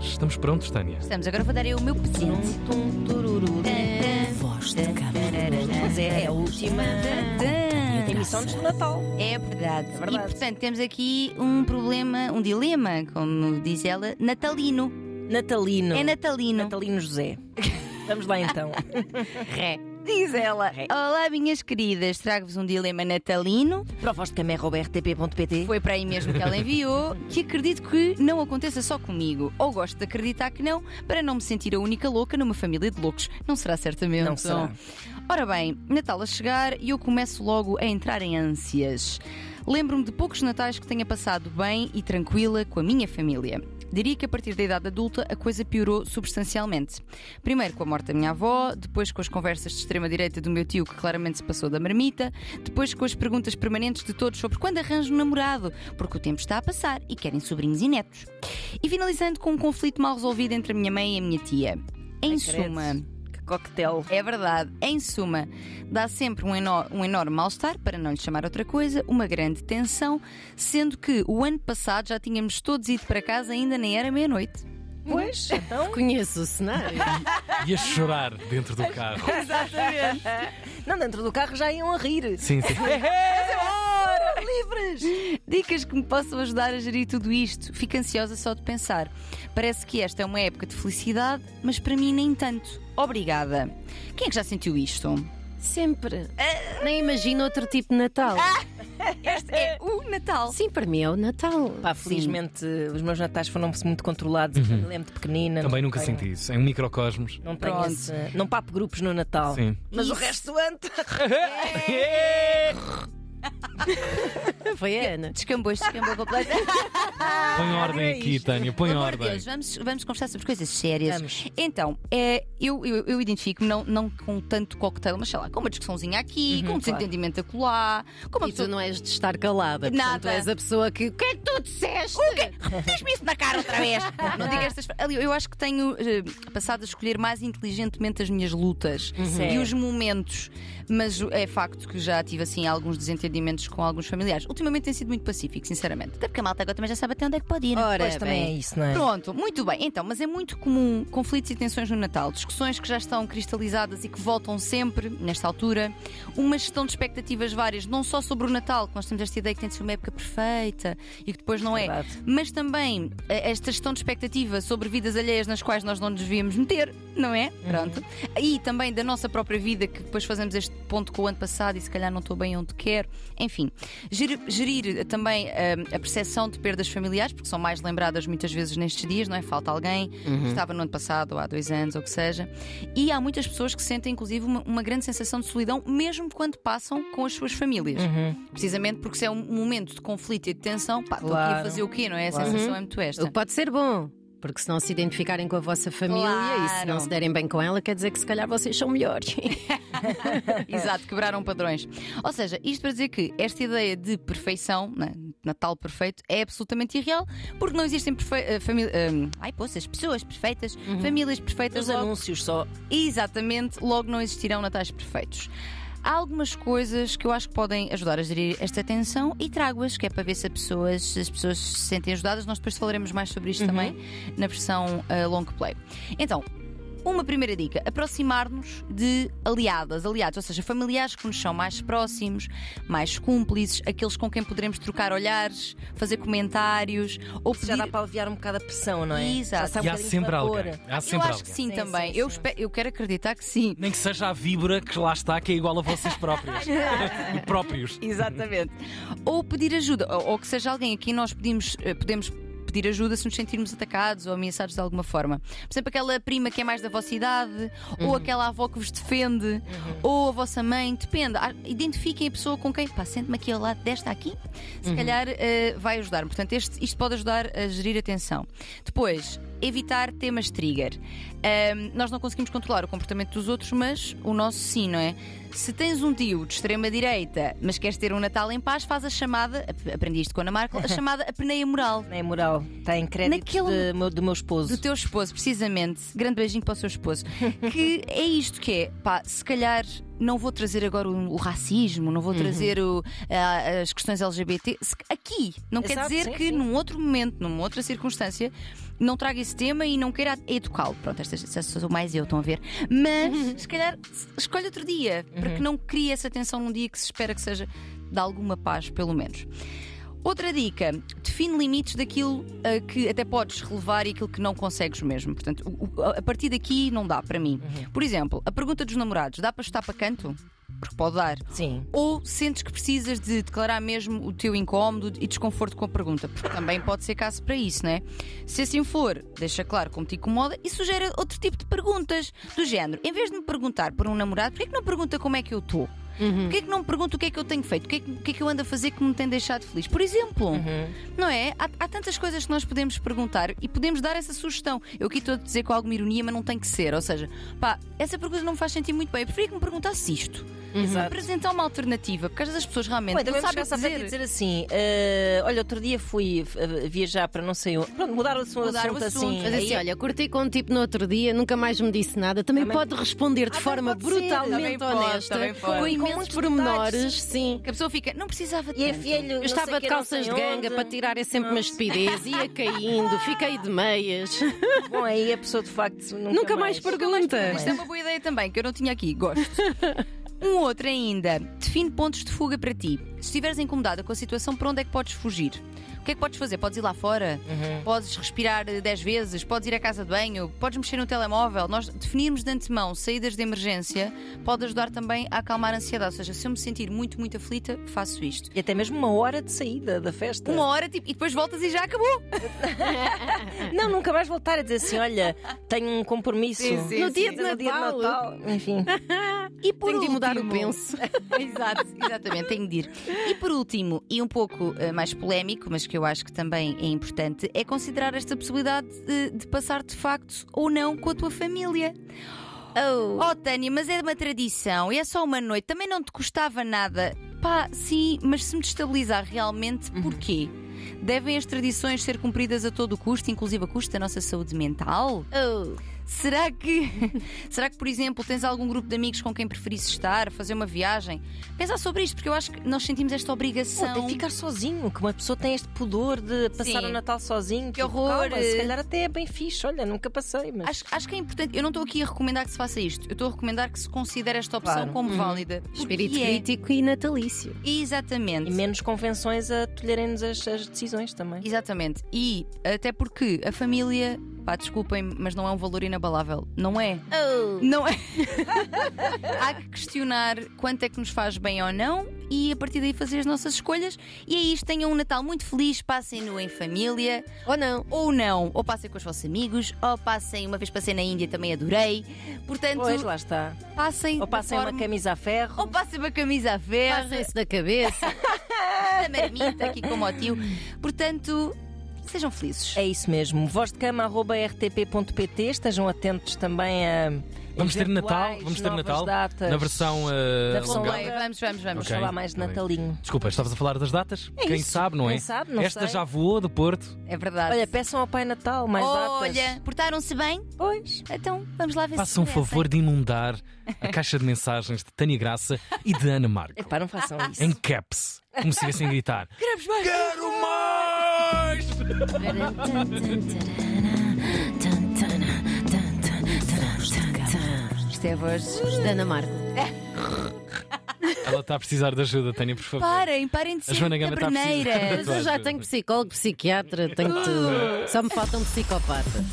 Estamos prontos, Tânia? Estamos, agora vou dar eu o meu presente. Tum, tururu, tan, Voz de tan, cama. tararara. Pois é, é a última Tã. emissão antes do Natal. É verdade. É verdade. E portanto temos aqui um problema, um dilema, como diz ela, natalino. Natalino. É natalino. Natalino José. Vamos lá então. É. Ré. Diz ela. Olá, minhas queridas, trago-vos um dilema natalino. Para o voz de cama é robertp.pt. Foi para aí mesmo que ela enviou, que acredito que não aconteça só comigo. Ou gosto de acreditar que não, para não me sentir a única louca numa família de loucos. Não será certamente. Não será. Ora bem, Natal a chegar e eu começo logo a entrar em ânsias. Lembro-me de poucos natais que tenha passado bem e tranquila com a minha família. Diria que a partir da idade adulta a coisa piorou substancialmente. Primeiro com a morte da minha avó, depois com as conversas de extrema-direita do meu tio, que claramente se passou da marmita, depois com as perguntas permanentes de todos sobre quando arranjo um namorado, porque o tempo está a passar e querem sobrinhos e netos. E finalizando com um conflito mal resolvido entre a minha mãe e a minha tia. Em Ai, credo. suma. Que coquetel. É verdade. Em suma, dá sempre um, eno- um enorme mal-estar, para não lhe chamar outra coisa, uma grande tensão, sendo que o ano passado já tínhamos todos ido para casa, ainda nem era meia-noite. Pois, então. Conheço o cenário. E a chorar dentro do carro. Exatamente. Não, dentro do carro já iam a rir. Sim, sim. Livres! Dicas que me possam ajudar a gerir tudo isto. Fico ansiosa só de pensar. Parece que esta é uma época de felicidade, mas para mim nem tanto. Obrigada. Quem é que já sentiu isto? Sempre. Ah. Nem imagino outro tipo de Natal. Este é o Natal. Sim, para mim é o Natal. Pá, felizmente os meus natais foram-se muito controlados. A família é muito pequenina. Uhum. Também não nunca tenho- senti isso. Em um microcosmos. Não tenho Pronto. esse- Não papo grupos no Natal. Sim. Mas o Isso. resto do ano. É. Foi a Ana. Descambou, descambou completamente. Põe ordem era aqui, Ah, isto. Tânia. Põe Pelo amor de ordem. Deus, vamos, vamos conversar sobre coisas sérias. Vamos. Então, é, eu, eu, eu identifico-me não, não com tanto cocktail, mas sei lá, com uma discussãozinha aqui, com um desentendimento acolá, com uma E tu pessoa. não és de estar calada. portanto, Nada. Tu és a pessoa que. O que é que tu disseste? O quê? Diz-me isso na cara outra vez! não, não diga estas. Ali, Eu acho que tenho eh, passado a escolher mais inteligentemente as minhas lutas e Certo. os momentos, mas o- é facto que já tive assim alguns desentendimentos com alguns familiares. Ultimamente tem sido muito pacífico, sinceramente. Até porque a malta agora também já sabe até onde é que pode ir. Ora, Pois também é bem. isso, não é? Pronto, muito bem. Então, mas é muito comum conflitos e tensões no Natal, discussões que já estão cristalizadas e que voltam sempre, nesta altura, uma gestão de expectativas várias, não só sobre o Natal, que nós temos esta ideia que tem de ser uma época perfeita e que depois não é, Verdade. mas também eh, esta gestão de expectativa sobre vidas alheias nas quais nós não nos devíamos meter, não é? Pronto. E também da nossa própria vida, que depois fazemos este ponto com o ano passado e se calhar não estou bem onde quero. Enfim, gerir, gerir também eh, a percepção de perdas familiares, porque são mais lembradas muitas vezes nestes dias, não é? Falta alguém que estava no ano passado, ou há dois anos, ou o que seja. E há muitas pessoas que sentem, inclusive, uma, uma grande sensação de solidão, mesmo quando passam com as suas famílias. Precisamente porque se é um momento de conflito e de tensão, pá, estou aqui a Claro. Uhum. fazer o quê, não é? A sensação é muito esta. O que pode ser bom. Porque se não se identificarem com a vossa família e se não Claro. se derem bem com ela, quer dizer que se calhar vocês são melhores. Exato, quebraram padrões. Ou seja, isto para dizer que esta ideia de perfeição, né, Natal perfeito, é absolutamente irreal, porque não existem famílias. eh, ai, poças, pessoas perfeitas, famílias perfeitas. Os logo- Uhum. anúncios só. Exatamente, logo não existirão natais perfeitos. Há algumas coisas que eu acho que podem ajudar a gerir esta tensão e trago-as, que é para ver se, a pessoas, se as pessoas se sentem ajudadas. Nós depois falaremos mais sobre Uhum. isto também na versão ah, long play. Então, uma primeira dica: aproximar-nos de aliadas, aliados, ou seja, familiares que nos são mais próximos, mais cúmplices, aqueles com quem poderemos trocar olhares, fazer comentários ou Isso já pedir- dá para aliviar um bocado a pressão, não é? Exato. Já sai um E há bocadinho de sempre vapor. alguém. Há Eu sempre acho que alguém. sim Sim, também. sim, eu, sim. espe- eu quero acreditar que sim. Nem que seja a víbora que lá está, que é igual a vocês próprios. e próprios. Exatamente. ou pedir ajuda, ou, ou que seja alguém a quem nós pedimos, eh, podemos pedir ajuda se nos sentirmos atacados ou ameaçados de alguma forma. Por exemplo, aquela prima que é mais da vossa idade, ou aquela avó que vos defende, ou a vossa mãe, depende. Ah, Identifiquem a pessoa com quem, pá, sente-me aqui ao lado desta aqui, se calhar eh, vai ajudar. Portanto, este- isto pode ajudar a gerir a tensão. Depois, evitar temas trigger. Ahm, nós não conseguimos controlar o comportamento dos outros, mas o nosso sim, não é? Se tens um tio de extrema-direita, mas queres ter um Natal em paz, faz a chamada, ap- aprendi isto com a Ana Markel, a chamada a peneia moral. Não é moral. Tem crédito Naquele- de meu- do meu esposo. Do teu esposo, precisamente, grande beijinho para o seu esposo, que é isto que é, pá, se calhar não vou trazer agora o, o racismo, não vou trazer Uhum. o- a- as questões LGBT. Se- Aqui, não quer Exato, dizer sim, que sim. num outro momento, numa outra circunstância, não traga esse tema e não queira educá-lo. Pronto, estas estas sou mais eu, estão a ver. Mas se calhar s- escolhe outro dia, para que não crie essa tensão num dia que se espera que seja de alguma paz, pelo menos. Outra dica, define limites daquilo ah, que até podes relevar e aquilo que não consegues mesmo. Portanto, o- o- a partir daqui não dá para mim. Por exemplo, a pergunta dos namorados: dá para chutar para canto? Porque pode dar. Sim. Ou sentes que precisas de declarar mesmo o teu incómodo e desconforto com a pergunta? Porque também pode ser caso para isso, não é? Se assim for, deixa claro como te incomoda e sugere outro tipo de perguntas, do género. Em vez de me perguntar por um namorado, porquê que não pergunta como é que eu estou? Porquê que não me pergunta o que é que eu tenho feito? O que é que, o que é que eu ando a fazer que me tem deixado feliz? Por exemplo, não é? Há, há tantas coisas que nós podemos perguntar e podemos dar essa sugestão. Eu aqui estou a dizer com alguma ironia, mas não tem que ser. Ou seja, pá, essa pergunta não me faz sentir muito bem. Eu preferia que me perguntasse isto. Exato. Uhum. Apresentar uma alternativa, porque às vezes as pessoas realmente Ué, não também me sabem o chegasse que a frente e dizer. dizer assim: eh, olha, outro dia fui eh, viajar para não sei onde. Pronto, mudar o assunto, Mudar o assunto assunto, assim. Mas assim, Aí- olha, cortei com um tipo no outro dia, nunca mais me disse nada. Também pode responder de Ah, forma também pode ser, brutalmente também pode, honesta, também pode. com Com imensos muitos pormenores, detalhes, sim. Que a pessoa fica, não precisava E tanto. enfiei-lhe. Eu estava de calças de ganga para tirar é sempre uma estupidez, ia caindo, fiquei de meias. Bom, aí a pessoa de facto nunca, Nunca mais pergunta. Isto é uma boa ideia também, que eu não tinha aqui, gosto. Um outro ainda, define pontos de fuga para ti. Se estiveres incomodada com a situação, para onde é que podes fugir? O que é que podes fazer? Podes ir lá fora? Uhum. Podes respirar 10 vezes? Podes ir à casa de banho? Podes mexer no telemóvel? Nós definirmos de antemão saídas de emergência pode ajudar também a acalmar a ansiedade. Ou seja, se eu me sentir muito, muito aflita, faço isto. E até mesmo uma hora de saída da festa. é- Uma hora tipo, e depois voltas e já acabou. Ah. Não, nunca mais voltar a dizer assim: olha, tenho um compromisso. Sim, sim, No dia sim. de No dia de Natal. Natal. Enfim. E por Tenho de mudar o último- penso. Exato, exatamente, tenho de ir. E por último, e um pouco eh, mais polémico, mas que eu acho que também é importante, é considerar esta possibilidade de, de passar de facto ou não com a tua família. Oh, Tânia, mas é uma tradição e é só uma noite, também não te custava nada. Pá, sim, mas se me destabilizar realmente, porquê? Devem as tradições ser cumpridas a todo o custo, inclusive a custo da nossa saúde mental? Será que, será que, por exemplo, tens algum grupo de amigos com quem preferisse estar, fazer uma viagem? Pensar sobre isto, porque eu acho que nós sentimos esta Pô, até obrigação. ficar sozinho, que uma pessoa tem este pudor de passar Sim. o Natal sozinho. Que tipo, horror. calma, se calhar até é bem fixe, olha, nunca passei, mas. Acho, acho que é importante. Eu não estou aqui a recomendar que se faça isto. Eu estou a recomendar que se considere esta opção Claro. como válida. Espírito Porque é. crítico e natalício. Exatamente. E menos convenções a tolherem-nos as, as decisões também. Exatamente. E até porque a família, pá, desculpem, mas não é um valor inabalável. Não é. Não é. Há que questionar quanto é que nos faz bem ou não e a partir daí fazer as nossas escolhas. E é isto. Tenham um Natal muito feliz, passem-no em família Ou não? ou não. Ou passem com os vossos amigos, ou passem. Uma vez passei na Índia, também adorei. Portanto, Pois, lá está. passem. Ou da passem uma forma- camisa a ferro. Ou passem uma camisa É a ferro, Passem-se da cabeça. da marmita, aqui como o tio. Portanto, sejam felizes. É isso mesmo. Voz de cama, arroba rtp.pt. Estejam atentos também a. Vamos ter Natal, eventuais vamos ter novas Natal datas. na versão eh, Da versão longa. live. Vamos, vamos, vamos. Vamos Ok, falar mais de tá bem. Natalinho. Desculpa, estavas a falar das datas? É Quem isso. sabe, não é? Quem sabe, não Esta sei. já voou do Porto. É verdade. Olha, peçam ao Pai Natal mais Olha, datas. portaram-se bem? Pois. Então vamos lá ver se. Façam um merecem. favor de inundar a caixa de mensagens de Tânia Graça e de Ana Marco. Epá, não façam isso. Em caps, como se estivessem a gritar. Queremos mais. Quero mais! Isto é a voz. Dana Marco. Ela está a precisar de ajuda, Tânia, por favor. Parem, parem de A ser Joana Gama está a precisar. taberneiras. Mas eu já tenho psicólogo, psiquiatra, tenho tudo. Só me falta um psicopata.